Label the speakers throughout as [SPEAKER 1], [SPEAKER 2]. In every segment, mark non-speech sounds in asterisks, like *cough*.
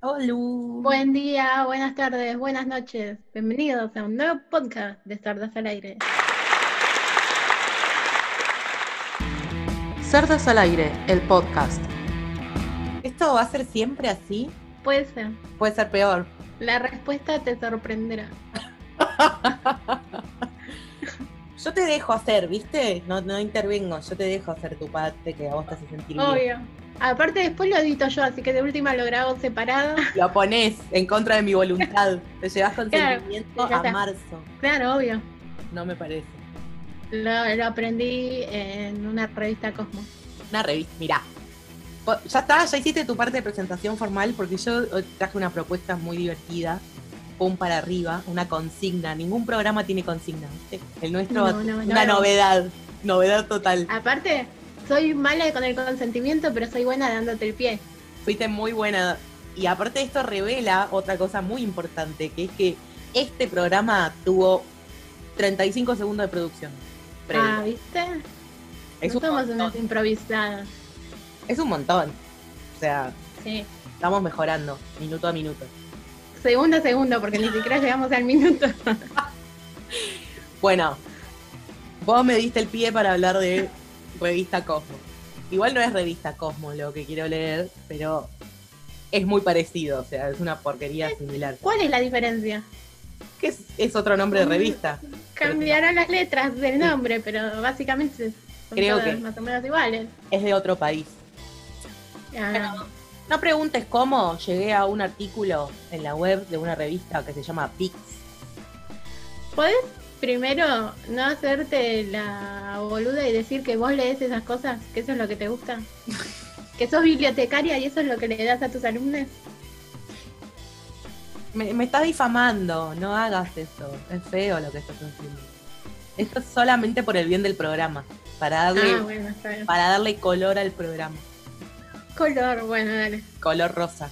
[SPEAKER 1] Hola.
[SPEAKER 2] Buen día, buenas tardes, buenas noches. Bienvenidos a un nuevo podcast de Sardas al Aire.
[SPEAKER 3] Cerdas al aire, el podcast.
[SPEAKER 1] ¿Esto va a ser siempre así?
[SPEAKER 2] Puede ser.
[SPEAKER 1] Puede ser peor.
[SPEAKER 2] La respuesta te sorprenderá.
[SPEAKER 1] Yo te dejo hacer, ¿viste? No, no intervengo, yo te dejo hacer tu parte que a vos te hace sentir bien.
[SPEAKER 2] Obvio. Aparte, después lo edito yo, así que de última lo grabo
[SPEAKER 1] *laughs*
[SPEAKER 2] separado.
[SPEAKER 1] Lo pones en contra de mi voluntad. Te llevas
[SPEAKER 2] Claro,
[SPEAKER 1] consentimiento
[SPEAKER 2] ya
[SPEAKER 1] a
[SPEAKER 2] está.
[SPEAKER 1] marzo.
[SPEAKER 2] Claro, obvio.
[SPEAKER 1] No me parece.
[SPEAKER 2] Lo, lo aprendí en una revista Cosmo.
[SPEAKER 1] Una revista, mirá. Po- Ya está, ya hiciste tu parte de presentación formal porque yo eh, traje una propuesta muy divertida. Pum para arriba, una consigna. Ningún programa tiene consigna, ¿viste? El nuestro
[SPEAKER 2] No, no,
[SPEAKER 1] Una
[SPEAKER 2] no.
[SPEAKER 1] novedad, novedad total.
[SPEAKER 2] Aparte, soy mala con el consentimiento, pero soy buena dándote el pie.
[SPEAKER 1] Fuiste muy buena. Y aparte esto revela otra cosa muy importante, que es que este programa tuvo 35 segundos de producción. previa.
[SPEAKER 2] Ah, ¿viste?
[SPEAKER 1] es,
[SPEAKER 2] no
[SPEAKER 1] un
[SPEAKER 2] somos
[SPEAKER 1] montón,
[SPEAKER 2] unas improvisadas.
[SPEAKER 1] es un montón. O sea,
[SPEAKER 2] Sí.
[SPEAKER 1] estamos mejorando minuto a minuto.
[SPEAKER 2] Segundo a segundo, porque ni siquiera llegamos al minuto.
[SPEAKER 1] Bueno, vos me diste el pie para hablar de Revista Cosmo. Igual no es Revista Cosmo lo que quiero leer, pero es muy parecido, o sea, es una porquería similar.
[SPEAKER 2] ¿Cuál es la diferencia?
[SPEAKER 1] Que es, es otro nombre de revista.
[SPEAKER 2] Cambiaron las letras del nombre, pero básicamente son
[SPEAKER 1] Creo
[SPEAKER 2] todas
[SPEAKER 1] que-
[SPEAKER 2] más o menos iguales.
[SPEAKER 1] es de otro país.
[SPEAKER 2] Ah,
[SPEAKER 1] No preguntes cómo llegué a un artículo en la web de una revista que se llama Pix.
[SPEAKER 2] ¿Podés primero no hacerte la boluda y decir que vos lees esas cosas? ¿Que eso es lo que
[SPEAKER 1] *laughs*
[SPEAKER 2] te gusta? ¿Que sos bibliotecaria y eso es lo que le das a tus alumnos?
[SPEAKER 1] Me, me está difamando, no hagas eso. Es feo lo que estás haciendo. Esto es solamente por el bien del programa, para darle,
[SPEAKER 2] Ah, bueno, está bien.
[SPEAKER 1] para darle color al programa.
[SPEAKER 2] Color, bueno, dale.
[SPEAKER 1] Color rosa,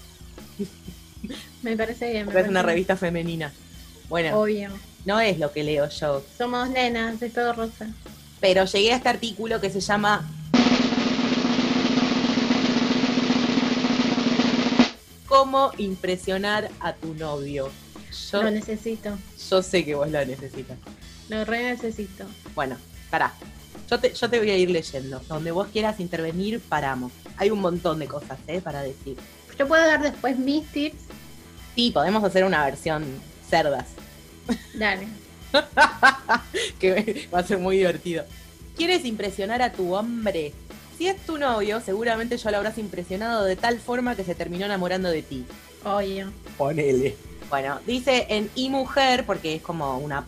[SPEAKER 2] Me parece bien. me
[SPEAKER 1] porque es una
[SPEAKER 2] parece bien.
[SPEAKER 1] revista femenina. Bueno,
[SPEAKER 2] Obvio.
[SPEAKER 1] no es lo que leo yo,
[SPEAKER 2] Somos nenas, es todo rosa.
[SPEAKER 1] pero llegué a este artículo que se llama ¿Cómo impresionar a tu novio? Yo,
[SPEAKER 2] Lo necesito.
[SPEAKER 1] yo sé que vos lo necesitas.
[SPEAKER 2] Lo re necesito.
[SPEAKER 1] Bueno, pará. Yo te, yo te voy a ir leyendo. Donde vos quieras intervenir, paramos. Hay un montón de cosas ¿eh? para decir.
[SPEAKER 2] Yo puedo dar después mis tips.
[SPEAKER 1] Sí, podemos hacer una versión cerdas,
[SPEAKER 2] Dale.
[SPEAKER 1] *laughs* que va a ser muy divertido. ¿Quieres impresionar a tu hombre? Si es tu novio, seguramente ya lo habrás impresionado de tal forma que se terminó enamorando de ti.
[SPEAKER 2] Obvio.
[SPEAKER 1] Ponele. Bueno, dice en Y Mujer, porque es como una,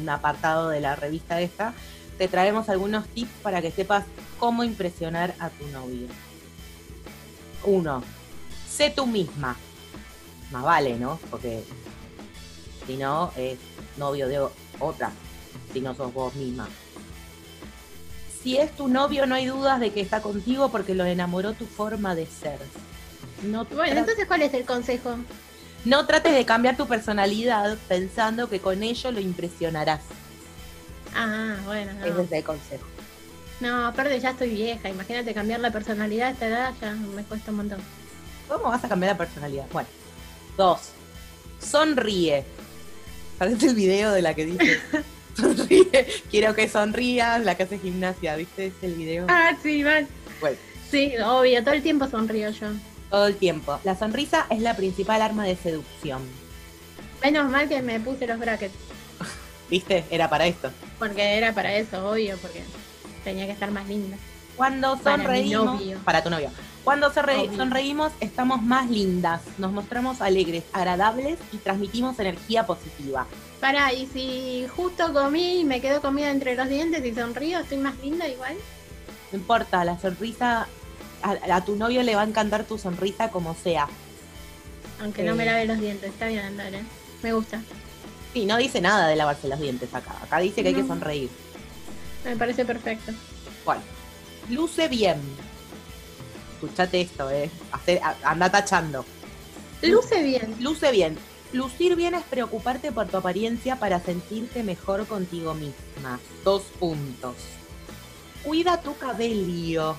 [SPEAKER 1] un apartado de la revista esta, te traemos algunos tips para que sepas cómo impresionar a tu novio. Uno, sé tú misma. Más vale, ¿no? Porque si no, es novio de o- otra, si no sos vos misma. Si es tu novio, no hay dudas de que está contigo porque lo enamoró tu forma de ser. No
[SPEAKER 2] Bueno,
[SPEAKER 1] tra-
[SPEAKER 2] entonces, ¿cuál es el consejo?
[SPEAKER 1] no trates de cambiar tu personalidad pensando que con ello lo impresionarás.
[SPEAKER 2] Ah, bueno,
[SPEAKER 1] Ese
[SPEAKER 2] no.
[SPEAKER 1] es el consejo.
[SPEAKER 2] No, aparte ya estoy vieja. Imagínate cambiar la personalidad a esta edad, ya me cuesta un montón.
[SPEAKER 1] ¿Cómo vas a cambiar la personalidad? Bueno. Dos. Sonríe. Parece el video de la que
[SPEAKER 2] *laughs*
[SPEAKER 1] dice. Sonríe. Quiero que sonrías, la que hace gimnasia. ¿Viste ese video?
[SPEAKER 2] Ah, sí, mal.
[SPEAKER 1] Bueno.
[SPEAKER 2] Sí, obvio, todo el tiempo sonrío yo.
[SPEAKER 1] Todo el tiempo. La sonrisa es la principal arma de seducción.
[SPEAKER 2] Menos mal que me puse los brackets,
[SPEAKER 1] ¿Viste? Era para esto.
[SPEAKER 2] porque era para eso, obvio, porque tenía que estar más linda.
[SPEAKER 1] Cuando
[SPEAKER 2] Para mi
[SPEAKER 1] sonreímos.
[SPEAKER 2] novio.
[SPEAKER 1] Para tu novio. Cuando sonre-
[SPEAKER 2] Obvio.
[SPEAKER 1] sonreímos, estamos más lindas, nos mostramos alegres, agradables y transmitimos energía positiva.
[SPEAKER 2] Pará, y si justo comí y me quedó comida entre los dientes y sonrío, estoy más linda igual.
[SPEAKER 1] No importa, la sonrisa, a, a tu novio le va a encantar tu sonrisa como sea.
[SPEAKER 2] Aunque no
[SPEAKER 1] Sí.
[SPEAKER 2] me lave los dientes, está bien, dale. Me gusta,
[SPEAKER 1] Sí, no dice nada de lavarse los dientes acá. Acá dice que hay que
[SPEAKER 2] No.
[SPEAKER 1] sonreír.
[SPEAKER 2] me parece perfecto.
[SPEAKER 1] Bueno, luce bien. Escuchate esto, eh. Hacé- a- anda tachando.
[SPEAKER 2] Luce bien.
[SPEAKER 1] Luce bien. Lucir bien es preocuparte por tu apariencia para sentirte mejor contigo misma. Dos puntos. Cuida tu cabello.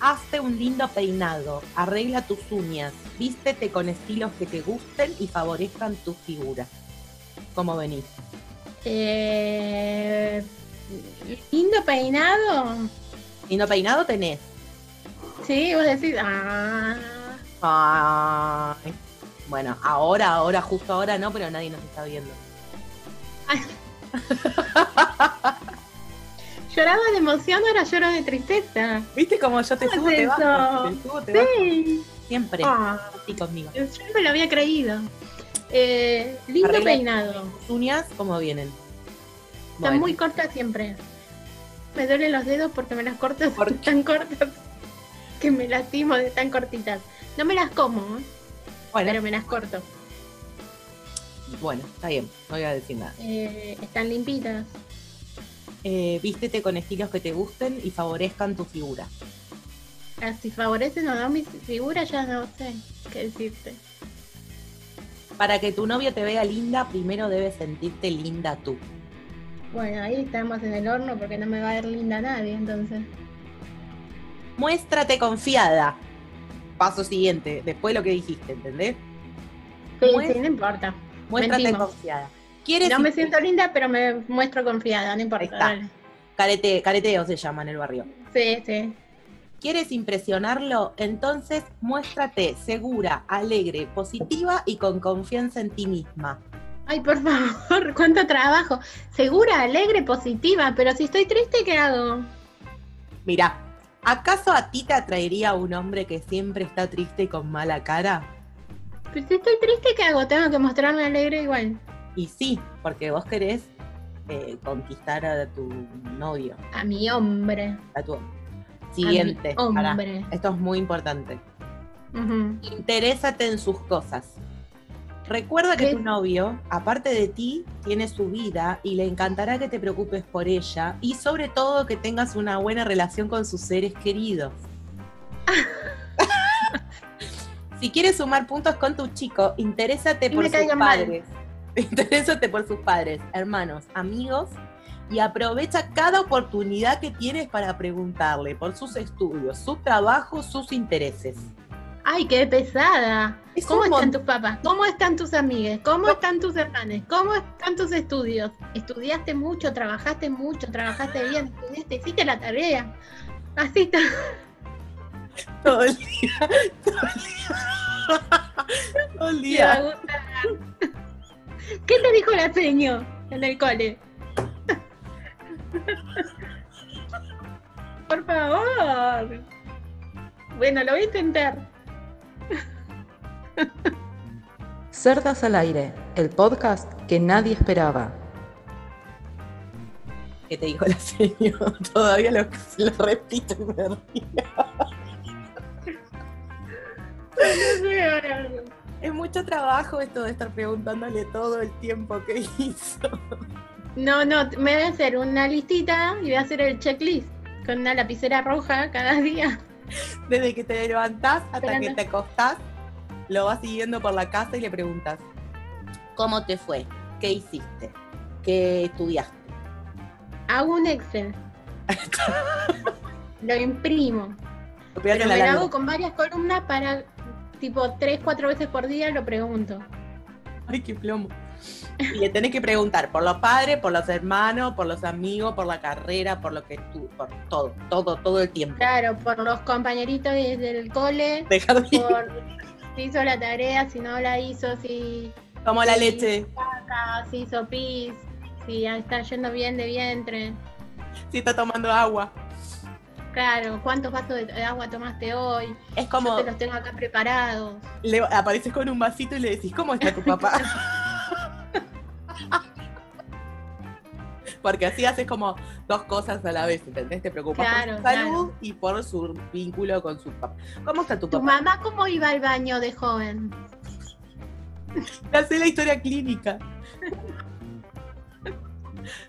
[SPEAKER 1] Hazte un lindo peinado, arregla tus uñas, vístete con estilos que te gusten y favorezcan tu figura. ¿Cómo venís?
[SPEAKER 2] Eh, lindo peinado.
[SPEAKER 1] Lindo peinado tenés.
[SPEAKER 2] Sí, vos decís. Ah,
[SPEAKER 1] Ay. Bueno, ahora, ahora, justo ahora no, pero nadie nos está viendo.
[SPEAKER 2] lloraba de emoción, ahora lloro de tristeza.
[SPEAKER 1] ¿Viste cómo yo te
[SPEAKER 2] ¿Cómo
[SPEAKER 1] subo,
[SPEAKER 2] es
[SPEAKER 1] te
[SPEAKER 2] eso?
[SPEAKER 1] bajo? Te subo, te bajo.
[SPEAKER 2] Sí.
[SPEAKER 1] Siempre
[SPEAKER 2] Ah,
[SPEAKER 1] así conmigo.
[SPEAKER 2] yo no me lo había creído. Eh, lindo
[SPEAKER 1] Arregla-
[SPEAKER 2] peinado.
[SPEAKER 1] Tus uñas, ¿cómo vienen?
[SPEAKER 2] Están
[SPEAKER 1] Bueno,
[SPEAKER 2] muy cortas siempre. Me duelen los dedos porque me las corto *laughs*
[SPEAKER 1] ¿Por qué?
[SPEAKER 2] tan cortas que me lastimo de tan cortitas. No me las como, ¿eh?
[SPEAKER 1] bueno,
[SPEAKER 2] pero me las corto.
[SPEAKER 1] bueno, está bien, no voy a decir nada.
[SPEAKER 2] Eh, están limpitas.
[SPEAKER 1] Eh, vístete con estilos que te gusten y favorezcan tu figura.
[SPEAKER 2] Ah, Si favorecen o no mi figura, ya no sé qué decirte.
[SPEAKER 1] Para que tu novio te vea linda, primero debes sentirte linda tú.
[SPEAKER 2] Bueno, ahí estamos en el horno porque no me va a ver linda nadie, entonces.
[SPEAKER 1] Muéstrate confiada. Paso siguiente, después lo que dijiste, ¿entendés?
[SPEAKER 2] Sí,
[SPEAKER 1] Muy-
[SPEAKER 2] sí, no importa.
[SPEAKER 1] Muéstrate
[SPEAKER 2] Mentimos.
[SPEAKER 1] confiada. ¿Quieres
[SPEAKER 2] No me
[SPEAKER 1] ir-
[SPEAKER 2] siento linda, pero me muestro confiada, no importa.
[SPEAKER 1] Ahí está.
[SPEAKER 2] dale.
[SPEAKER 1] Carete- careteo se llama en el barrio.
[SPEAKER 2] Sí, sí.
[SPEAKER 1] ¿Quieres impresionarlo? Entonces muéstrate segura, alegre, positiva y con confianza en ti misma.
[SPEAKER 2] Ay, por favor, *laughs* cuánto trabajo. Segura, alegre, positiva, pero si estoy triste, ¿qué hago?
[SPEAKER 1] Mirá, ¿acaso a ti te atraería un hombre que siempre está triste y con mala cara?
[SPEAKER 2] Pues si estoy triste, ¿qué hago? Tengo que mostrarme alegre igual.
[SPEAKER 1] Y sí, porque vos querés eh, conquistar a tu novio,
[SPEAKER 2] A mi hombre.
[SPEAKER 1] a tu hombre.
[SPEAKER 2] a mi
[SPEAKER 1] Siguiente, pará.
[SPEAKER 2] hombre.
[SPEAKER 1] esto es muy importante.
[SPEAKER 2] Ujú.
[SPEAKER 1] Interésate en sus cosas. Recuerda que
[SPEAKER 2] ¿Qué?
[SPEAKER 1] tu novio, aparte de ti, tiene su vida y le encantará que te preocupes por ella y sobre todo que tengas una buena relación con sus seres
[SPEAKER 2] *laughs*
[SPEAKER 1] queridos. si quieres sumar puntos con tu chico, interésate
[SPEAKER 2] Que
[SPEAKER 1] por
[SPEAKER 2] me
[SPEAKER 1] sus
[SPEAKER 2] caigan mal.
[SPEAKER 1] padres. *laughs* Interésate por sus padres, hermanos, amigos y aprovecha cada oportunidad que tienes para preguntarle por sus estudios, su trabajo, sus intereses.
[SPEAKER 2] Ay, qué pesada.
[SPEAKER 1] Es
[SPEAKER 2] ¿Cómo
[SPEAKER 1] un
[SPEAKER 2] están
[SPEAKER 1] mon-
[SPEAKER 2] tus papás? ¿Cómo están tus amigas? ¿Cómo
[SPEAKER 1] No.
[SPEAKER 2] están tus hermanos? ¿Cómo están tus estudios? Estudiaste mucho, trabajaste mucho, trabajaste bien, estudiaste, hiciste la tarea. Así está.
[SPEAKER 1] Todo el día. Todo el
[SPEAKER 2] Te va a
[SPEAKER 1] día.
[SPEAKER 2] gustar. *laughs* ¿Qué te dijo la seño en el cole? *laughs* Por favor. Bueno, lo voy a intentar.
[SPEAKER 3] Cerdas al aire, el podcast que nadie esperaba.
[SPEAKER 1] ¿Qué te dijo la señora? *laughs* Todavía lo, lo repito y me río. Es mucho trabajo esto de estar preguntándole todo el tiempo que hizo.
[SPEAKER 2] No, no, me voy a hacer una listita y voy a hacer el checklist con una lapicera roja cada día.
[SPEAKER 1] Desde que te levantás hasta
[SPEAKER 2] Esperando.
[SPEAKER 1] que te acostás, lo vas siguiendo por la casa y le preguntas: ¿Cómo te fue? ¿Qué hiciste? ¿Qué estudiaste?
[SPEAKER 2] Hago un Excel. lo imprimo.
[SPEAKER 1] Lo peor que la
[SPEAKER 2] Pero me lo
[SPEAKER 1] larga.
[SPEAKER 2] hago con varias columnas para tipo tres, cuatro veces por día lo pregunto.
[SPEAKER 1] Ay, qué plomo. Y le tenés que preguntar por los padres, por los hermanos, por los amigos, por la carrera, por lo que tú, por todo, todo, todo el tiempo.
[SPEAKER 2] Claro, por los compañeritos del cole,
[SPEAKER 1] Dejar de ir
[SPEAKER 2] por si hizo la tarea, si no la hizo, si,
[SPEAKER 1] como la
[SPEAKER 2] Sí.
[SPEAKER 1] leche.
[SPEAKER 2] ah, si hizo pis, si ya está yendo bien de vientre.
[SPEAKER 1] Si está tomando agua.
[SPEAKER 2] Claro, ¿cuántos vasos de- de agua tomaste hoy?
[SPEAKER 1] Es como,
[SPEAKER 2] Yo te los tengo acá preparados.
[SPEAKER 1] le apareces con un vasito y le decís, ¿cómo está tu papá? *laughs* Porque así haces como dos cosas a la vez, ¿entendés? Te preocupas por su
[SPEAKER 2] Claro,
[SPEAKER 1] salud y por su vínculo con su papá. ¿Cómo está tu
[SPEAKER 2] ¿Tu
[SPEAKER 1] papá?
[SPEAKER 2] mamá cómo iba al baño de joven?
[SPEAKER 1] Te hace la historia clínica.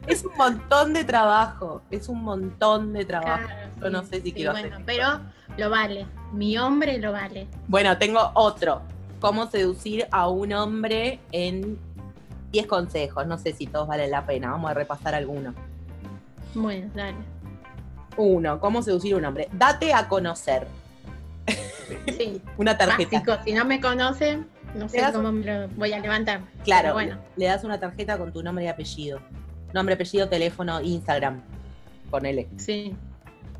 [SPEAKER 1] es un montón de trabajo, es un montón de trabajo.
[SPEAKER 2] Claro,
[SPEAKER 1] Ah, yo no sé si quiero hacer esto.
[SPEAKER 2] bueno, Pero lo vale, mi hombre lo vale.
[SPEAKER 1] Bueno, tengo otro. ¿Cómo seducir a un hombre en 10 *laughs* consejos? No sé si todos valen la pena, vamos a repasar algunos.
[SPEAKER 2] Bueno, dale.
[SPEAKER 1] Uno, ¿cómo seducir a un hombre? Date a conocer.
[SPEAKER 2] Sí.
[SPEAKER 1] Una tarjeta.
[SPEAKER 2] Básico, si no me conocen, no sé
[SPEAKER 1] das-
[SPEAKER 2] cómo me lo voy a levantar.
[SPEAKER 1] Claro,
[SPEAKER 2] Pero bueno,
[SPEAKER 1] le das una tarjeta con tu nombre y apellido. Nombre, apellido, teléfono, Instagram. Ponele.
[SPEAKER 2] sí.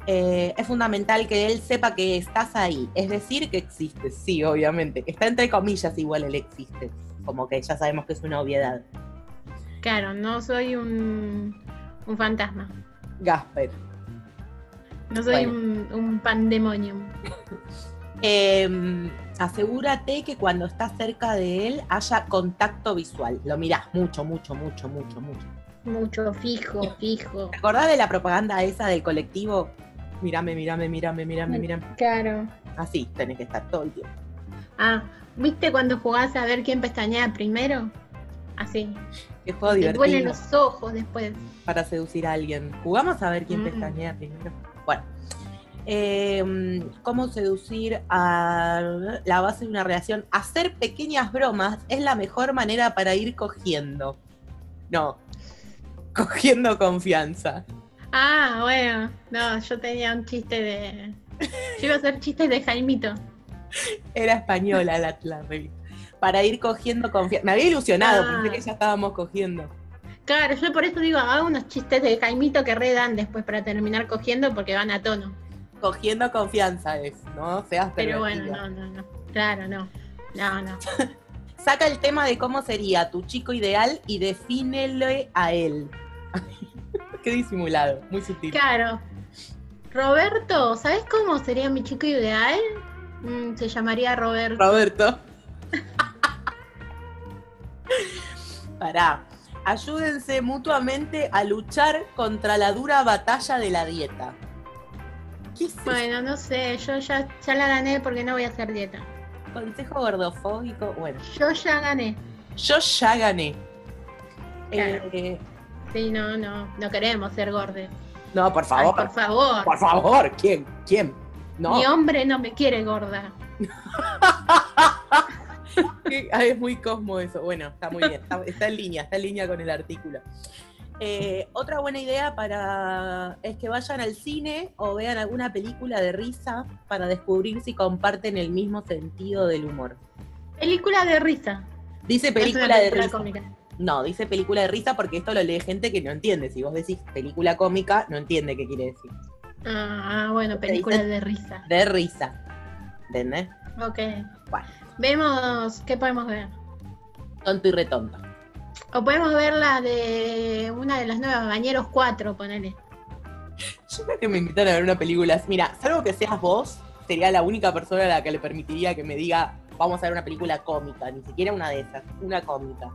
[SPEAKER 1] Eh, es fundamental que él sepa que estás ahí. Es decir, que existes. Sí, obviamente. Está entre comillas igual el existe. Como que ya sabemos que es una obviedad.
[SPEAKER 2] Claro, no soy un, un fantasma.
[SPEAKER 1] Gasper.
[SPEAKER 2] No soy un, un pandemonium.
[SPEAKER 1] Eh, asegúrate que cuando estás cerca de él haya contacto visual. Lo mirás mucho, mucho, mucho, mucho, mucho.
[SPEAKER 2] Mucho, fijo, fijo.
[SPEAKER 1] ¿Te acordás de la propaganda esa del colectivo? Mírame, mírame, mírame, mírame, mírame.
[SPEAKER 2] Claro.
[SPEAKER 1] Así tenés que estar todo el tiempo.
[SPEAKER 2] Ah, ¿viste cuando jugás a ver quién pestañea primero? Así.
[SPEAKER 1] Qué juego
[SPEAKER 2] Te duelen
[SPEAKER 1] divertido
[SPEAKER 2] los ojos después.
[SPEAKER 1] para seducir a alguien. Jugamos a ver quién
[SPEAKER 2] Mm.
[SPEAKER 1] pestañea primero. Bueno. Eh, ¿Cómo seducir a la base de una relación? Hacer pequeñas bromas es la mejor manera para ir cogiendo. No, cogiendo confianza.
[SPEAKER 2] Ah, bueno. No, yo tenía un chiste de. Yo iba a hacer chistes de Jaimito.
[SPEAKER 1] Era española la, la revista. Para ir cogiendo confianza. Me había ilusionado,
[SPEAKER 2] Ah.
[SPEAKER 1] pensé que ya estábamos cogiendo.
[SPEAKER 2] Claro, yo por eso digo, hago unos chistes de Jaimito que redan después para terminar cogiendo porque van a tono.
[SPEAKER 1] Cogiendo confianza es, ¿no? Seas
[SPEAKER 2] Pero bueno,
[SPEAKER 1] pervertida.
[SPEAKER 2] no, no, no. Claro, no. No, no.
[SPEAKER 1] Saca el tema de cómo sería tu chico ideal y defínele a él. *laughs* Qué disimulado, muy sutil.
[SPEAKER 2] Claro. Roberto, ¿sabes cómo sería mi chico ideal? Mm, se llamaría Roberto.
[SPEAKER 1] Roberto. Pará. Ayúdense mutuamente a luchar contra la dura batalla de la dieta. ¿Qué es eso?
[SPEAKER 2] Bueno, no sé, yo ya, ya la gané porque no voy a hacer dieta.
[SPEAKER 1] Consejo gordofóbico. Bueno,
[SPEAKER 2] Yo ya gané.
[SPEAKER 1] yo ya gané.
[SPEAKER 2] Claro.
[SPEAKER 1] Eh,
[SPEAKER 2] Sí, no, no, no queremos ser gordes.
[SPEAKER 1] no, por
[SPEAKER 2] Ay,
[SPEAKER 1] favor.
[SPEAKER 2] por favor.
[SPEAKER 1] Por favor, ¿quién? ¿Quién? No.
[SPEAKER 2] Mi hombre no me quiere gorda.
[SPEAKER 1] Que- *laughs* ah, es muy cosmo eso. Bueno, está muy bien. Está, está en línea, está en línea con el artículo. Eh, otra buena idea para es que vayan al cine o vean alguna película de risa para descubrir si comparten el mismo sentido del humor.
[SPEAKER 2] Película de risa.
[SPEAKER 1] Dice
[SPEAKER 2] Es una
[SPEAKER 1] película de
[SPEAKER 2] película
[SPEAKER 1] risa.
[SPEAKER 2] cómica.
[SPEAKER 1] No, dice película de risa porque esto lo lee gente que no entiende. Si vos decís película cómica, no entiende qué quiere decir.
[SPEAKER 2] Ah, bueno, película de risa.
[SPEAKER 1] De risa. ¿Entendés?
[SPEAKER 2] Ok.
[SPEAKER 1] Bueno.
[SPEAKER 2] Vemos, ¿qué podemos ver?
[SPEAKER 1] Tonto y retonto.
[SPEAKER 2] O podemos ver la de una de las nuevas, Bañeros 4, ponele.
[SPEAKER 1] Yo creo que me invitan a ver una película. Mira, salvo que seas vos, sería la única persona a la que le permitiría que me diga, vamos a ver una película cómica, ni siquiera una de esas, una cómica.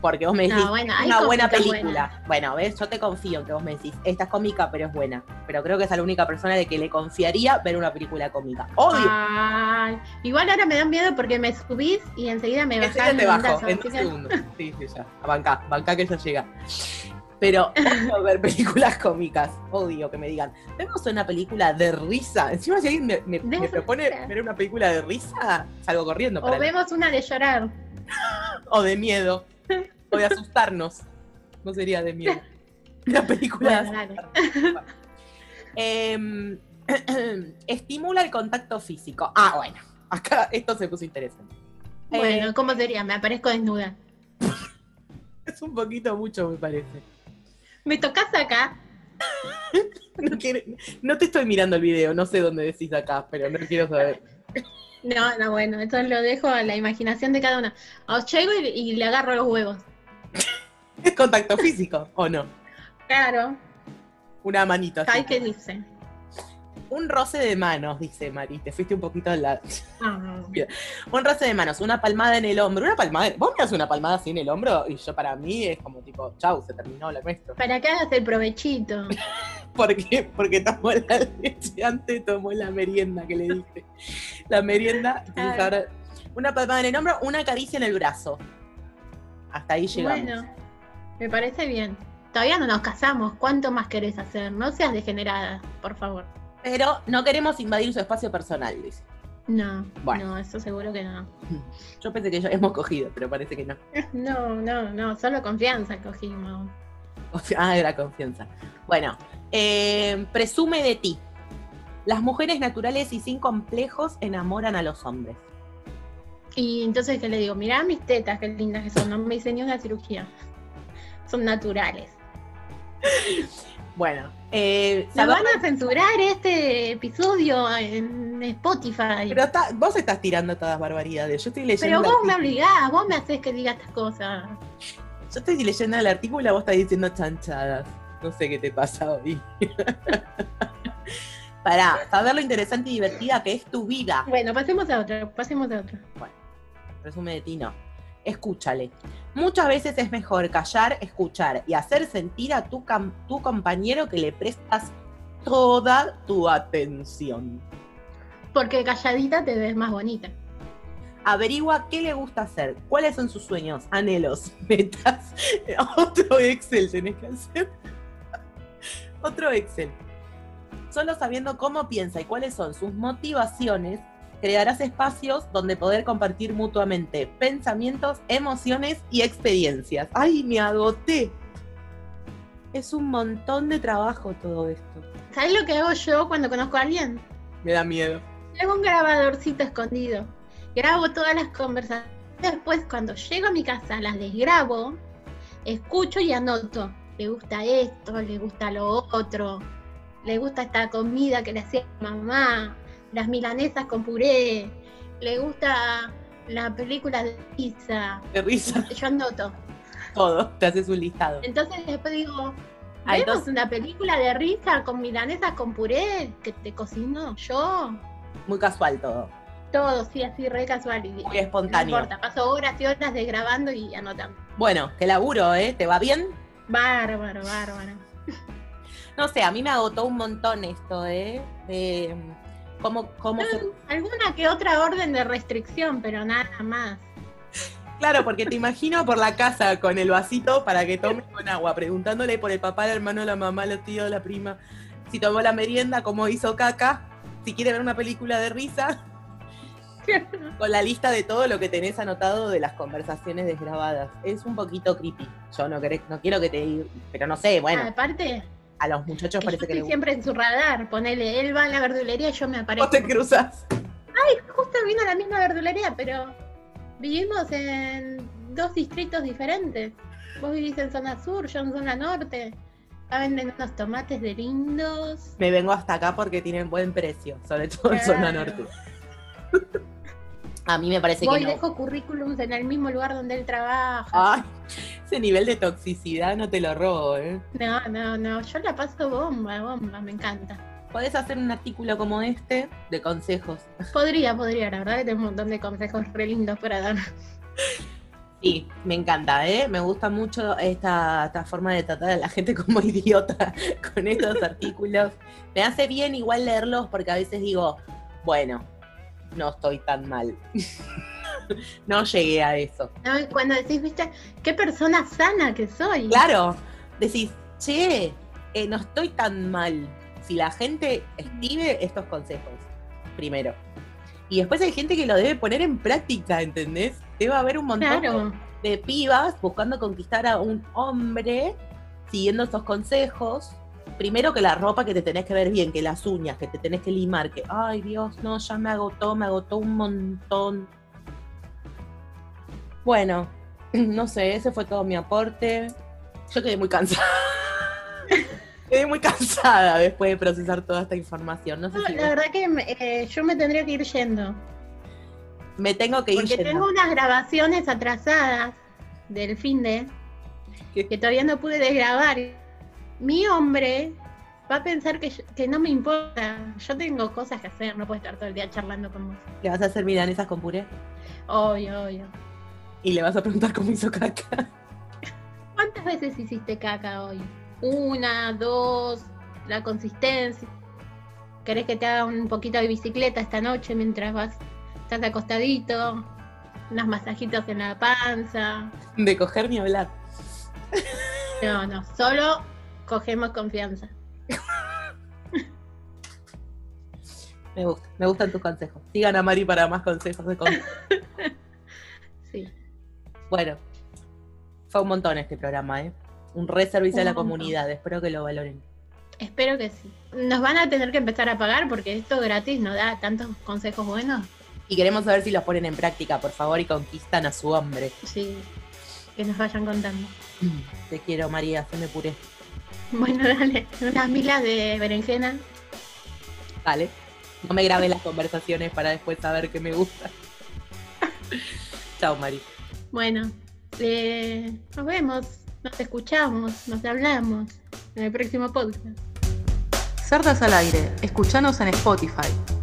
[SPEAKER 1] Porque vos me decís,
[SPEAKER 2] No, Ah, bueno, hay
[SPEAKER 1] una buena
[SPEAKER 2] cómicas
[SPEAKER 1] película. Bueno, ves, yo te confío en que vos me decís, esta es cómica, pero es buena. Pero creo que es a la única persona de que le confiaría ver una película cómica. Obvio.
[SPEAKER 2] Ay, igual ahora me dan miedo porque me subís y enseguida me
[SPEAKER 1] Enseguida
[SPEAKER 2] bajás.
[SPEAKER 1] te
[SPEAKER 2] un
[SPEAKER 1] bajo,
[SPEAKER 2] brazo,
[SPEAKER 1] en
[SPEAKER 2] así
[SPEAKER 1] dos
[SPEAKER 2] que-
[SPEAKER 1] segundos. Sí, sí, ya. Banca, banca que ya llega.
[SPEAKER 2] *laughs*
[SPEAKER 1] Pero odio ver películas cómicas, odio que me digan, vemos una película de risa. Encima si alguien me, me-
[SPEAKER 2] De
[SPEAKER 1] me propone
[SPEAKER 2] risa.
[SPEAKER 1] ver una película de risa, salgo corriendo para
[SPEAKER 2] O
[SPEAKER 1] el-
[SPEAKER 2] vemos una de llorar.
[SPEAKER 1] o de
[SPEAKER 2] *laughs*
[SPEAKER 1] miedo. O de asustarnos. No sería de miedo. Una película
[SPEAKER 2] Bueno, dale.
[SPEAKER 1] Em, *clears throat* estimula el contacto físico. Ah, bueno. Acá esto se puso interesante. Eh,
[SPEAKER 2] Bueno, ¿cómo sería? Me aparezco desnuda.
[SPEAKER 1] es un poquito mucho, me parece.
[SPEAKER 2] ¿Me tocas acá?
[SPEAKER 1] No, quiere- no te estoy mirando el video, no sé dónde decís acá, pero no quiero saber.
[SPEAKER 2] No, no, bueno, eso lo dejo a la imaginación de cada una. Os llego y, y le agarro los huevos.
[SPEAKER 1] ¿Es contacto físico o no?
[SPEAKER 2] Claro,
[SPEAKER 1] Una manito así.
[SPEAKER 2] ¿sabes qué dice?
[SPEAKER 1] Un roce de manos, dice Mari. Te fuiste un poquito al lado.
[SPEAKER 2] Ah,
[SPEAKER 1] Un roce de manos, una palmada en el hombro. Una palmada. Vos me das una palmada así en el hombro y yo para mí es como tipo, chau, se terminó lo nuestro.
[SPEAKER 2] para que hagas el provechito.
[SPEAKER 1] ¿Por qué? Porque tomó la leche antes, tomó la merienda que le diste. La merienda. entonces
[SPEAKER 2] Claro.
[SPEAKER 1] ahora- una palmada en el hombro, una caricia en el brazo. Hasta ahí llegamos.
[SPEAKER 2] Bueno, me parece bien. Todavía no nos casamos. ¿Cuánto más querés hacer? No seas degenerada, por favor.
[SPEAKER 1] Pero no queremos invadir su espacio personal, dice.
[SPEAKER 2] No,
[SPEAKER 1] Bueno.
[SPEAKER 2] no, eso seguro que no.
[SPEAKER 1] Yo *laughs* pensé que ya hemos cogido, pero parece que no.
[SPEAKER 2] No, no, no, solo confianza cogimos.
[SPEAKER 1] Confi- Ah, de la confianza. Bueno, eh, presume de ti. Las mujeres naturales y sin complejos enamoran a los hombres.
[SPEAKER 2] Y entonces que le digo, mirá mis tetas, qué lindas que son, no me hice ni una cirugía. Son naturales.
[SPEAKER 1] Bueno, eh,
[SPEAKER 2] Lo
[SPEAKER 1] saber-
[SPEAKER 2] van a censurar este episodio en Spotify.
[SPEAKER 1] pero
[SPEAKER 2] Pero,
[SPEAKER 1] está- vos estás tirando todas barbaridades. Yo estoy leyendo. el
[SPEAKER 2] vos me
[SPEAKER 1] artículo-
[SPEAKER 2] obligás, vos me haces que diga estas cosas.
[SPEAKER 1] Yo estoy leyendo el artículo y vos estás diciendo chanchadas. No sé qué te pasa hoy. *laughs* Para saber lo interesante y divertida que es tu vida.
[SPEAKER 2] Bueno, pasemos a otro, pasemos a otro.
[SPEAKER 1] Resume de ti, no. Escúchale. Muchas veces es mejor callar, escuchar y hacer sentir a tu, cam- tu compañero que le prestas toda tu atención.
[SPEAKER 2] Porque calladita te ves más bonita.
[SPEAKER 1] Averigua qué le gusta hacer, cuáles son sus sueños, anhelos, *laughs* metas. Otro Excel tenés que hacer. Otro Excel. Solo sabiendo cómo piensa y cuáles son sus motivaciones, crearás espacios donde poder compartir mutuamente pensamientos, emociones y experiencias. ¡Ay, me agoté! Es un montón de trabajo todo esto.
[SPEAKER 2] ¿Sabes lo que hago yo cuando conozco a alguien?
[SPEAKER 1] Me da miedo.
[SPEAKER 2] Tengo un grabadorcito escondido. Grabo todas las conversaciones. Después, cuando llego a mi casa, las desgrabo, escucho y anoto. Le gusta esto, le gusta lo otro, le gusta esta comida que le hacía mamá, las milanesas con puré, le gusta la película de pizza.
[SPEAKER 1] Te risa
[SPEAKER 2] Yo anoto.
[SPEAKER 1] todo. Te haces un listado.
[SPEAKER 2] Entonces después digo,
[SPEAKER 1] Ah,
[SPEAKER 2] ¿vemos
[SPEAKER 1] entonces-
[SPEAKER 2] una película de risa con milanesas con puré que te cocino yo?
[SPEAKER 1] Muy casual todo.
[SPEAKER 2] Todo, sí, así re casual. Y,
[SPEAKER 1] Muy espontáneo.
[SPEAKER 2] No importa, paso horas y horas desgrabando y anotando.
[SPEAKER 1] Bueno, qué laburo, ¿eh? ¿Te va bien?
[SPEAKER 2] Bárbaro, bárbaro.
[SPEAKER 1] No sé, a mí me agotó un montón esto, ¿eh? De mm, cómo,
[SPEAKER 2] Ah.
[SPEAKER 1] cómo se-
[SPEAKER 2] Alguna que otra orden de restricción, pero nada más.
[SPEAKER 1] Claro, porque te imagino por la casa con el vasito para que tome con agua, preguntándole por el papá, el hermano, la mamá, los tíos, la prima, si tomó la merienda, cómo hizo caca, si quiere ver una película de
[SPEAKER 2] *laughs*
[SPEAKER 1] risa, con la lista de todo lo que tenés anotado de las conversaciones desgrabadas. Es un poquito creepy. Yo no, queré- no quiero que te diga, pero no sé, bueno,
[SPEAKER 2] Aparte,
[SPEAKER 1] a los muchachos
[SPEAKER 2] que yo
[SPEAKER 1] parece que
[SPEAKER 2] Ah. estoy
[SPEAKER 1] les gusta.
[SPEAKER 2] siempre en su radar. Ponele, él va a la verdulería y yo me
[SPEAKER 1] Vos
[SPEAKER 2] aparezco.
[SPEAKER 1] te cruzas.
[SPEAKER 2] Justo vino a la misma verdulería, pero vivimos en dos distritos diferentes. Vos vivís en zona sur, yo en zona norte. Acá venden unos tomates de lindos.
[SPEAKER 1] Me vengo hasta acá porque tienen buen precio, sobre todo en zona
[SPEAKER 2] Claro.
[SPEAKER 1] norte. *laughs* A mí me parece
[SPEAKER 2] Voy
[SPEAKER 1] que
[SPEAKER 2] y
[SPEAKER 1] no. Ah,
[SPEAKER 2] dejo currículums en el mismo lugar donde él trabaja.
[SPEAKER 1] Ay, ese nivel de toxicidad no te lo robo, ¿eh?
[SPEAKER 2] No, no, no, yo la paso bomba, bomba, me encanta.
[SPEAKER 1] Podés hacer un artículo como este de consejos.
[SPEAKER 2] Podría, podría, la verdad que tengo un montón de consejos re lindos para dar.
[SPEAKER 1] Sí, me encanta, ¿eh? Me gusta mucho esta, esta forma de tratar a la gente como *laughs* idiota con estos artículos. Me hace bien igual leerlos porque a veces digo, bueno, no estoy tan mal. *laughs* no llegué a eso.
[SPEAKER 2] ¿no? Y Cuando decís, viste, qué persona sana que soy.
[SPEAKER 1] Claro, decís, che, eh, no estoy tan mal. Si la gente escribe estos consejos, primero. Y después hay gente que lo debe poner en práctica, ¿entendés? Debe haber un montón
[SPEAKER 2] Claro.
[SPEAKER 1] de pibas buscando conquistar a un hombre siguiendo estos consejos. Primero que la ropa que te tenés que ver bien, que las uñas, que te tenés que limar, que, ay Dios, no, ya me agotó, me agotó un montón. Bueno, *clears throat* no sé, ese fue todo mi aporte. Yo quedé muy cansada. *laughs* quedé muy cansada después de procesar toda esta información. No sé
[SPEAKER 2] No,
[SPEAKER 1] si
[SPEAKER 2] la verdad que me- eh, yo me tendría que ir yendo.
[SPEAKER 1] me tengo que ir.
[SPEAKER 2] Porque
[SPEAKER 1] yendo.
[SPEAKER 2] tengo unas grabaciones atrasadas del fin de
[SPEAKER 1] ¿Qué?
[SPEAKER 2] que todavía no pude desgrabar. Mi hombre va a pensar que, yo- que no me importa. Yo tengo cosas que hacer, no puedo estar todo el día charlando con vos.
[SPEAKER 1] Le vas a hacer milanesas con puré
[SPEAKER 2] Obvio, obvio.
[SPEAKER 1] y le vas a preguntar cómo hizo caca.
[SPEAKER 2] ¿Cuántas veces hiciste caca hoy? Una, dos, la consistencia. ¿Querés que te haga un poquito de bicicleta esta noche mientras vas, estás acostadito? Unos masajitos en la panza.
[SPEAKER 1] De coger ni hablar.
[SPEAKER 2] No, no, solo cogemos confianza.
[SPEAKER 1] Me gusta, me gustan tus consejos. Sigan a Mari para más consejos de
[SPEAKER 2] *laughs*
[SPEAKER 1] con-
[SPEAKER 2] Sí.
[SPEAKER 1] Bueno, fue un montón este programa, ¿eh? un re servicio a la
[SPEAKER 2] Un montón.
[SPEAKER 1] comunidad. Espero que lo valoren.
[SPEAKER 2] Espero que sí. Nos van a tener que empezar a pagar porque esto gratis nos da tantos consejos buenos.
[SPEAKER 1] Y queremos saber si los ponen en práctica, por favor, y conquistan a su hombre.
[SPEAKER 2] Sí, que nos vayan contando. Mm.
[SPEAKER 1] Te quiero, María, se me puré.
[SPEAKER 2] Bueno, *laughs* dale, unas milas de berenjena.
[SPEAKER 1] Vale. No me grabes las conversaciones para después saber qué me
[SPEAKER 2] *laughs*
[SPEAKER 1] gusta. Chao, Mari.
[SPEAKER 2] Bueno, eh, nos vemos, nos escuchamos, nos hablamos en el próximo podcast.
[SPEAKER 3] Cerdas al aire, escuchanos en Spotify,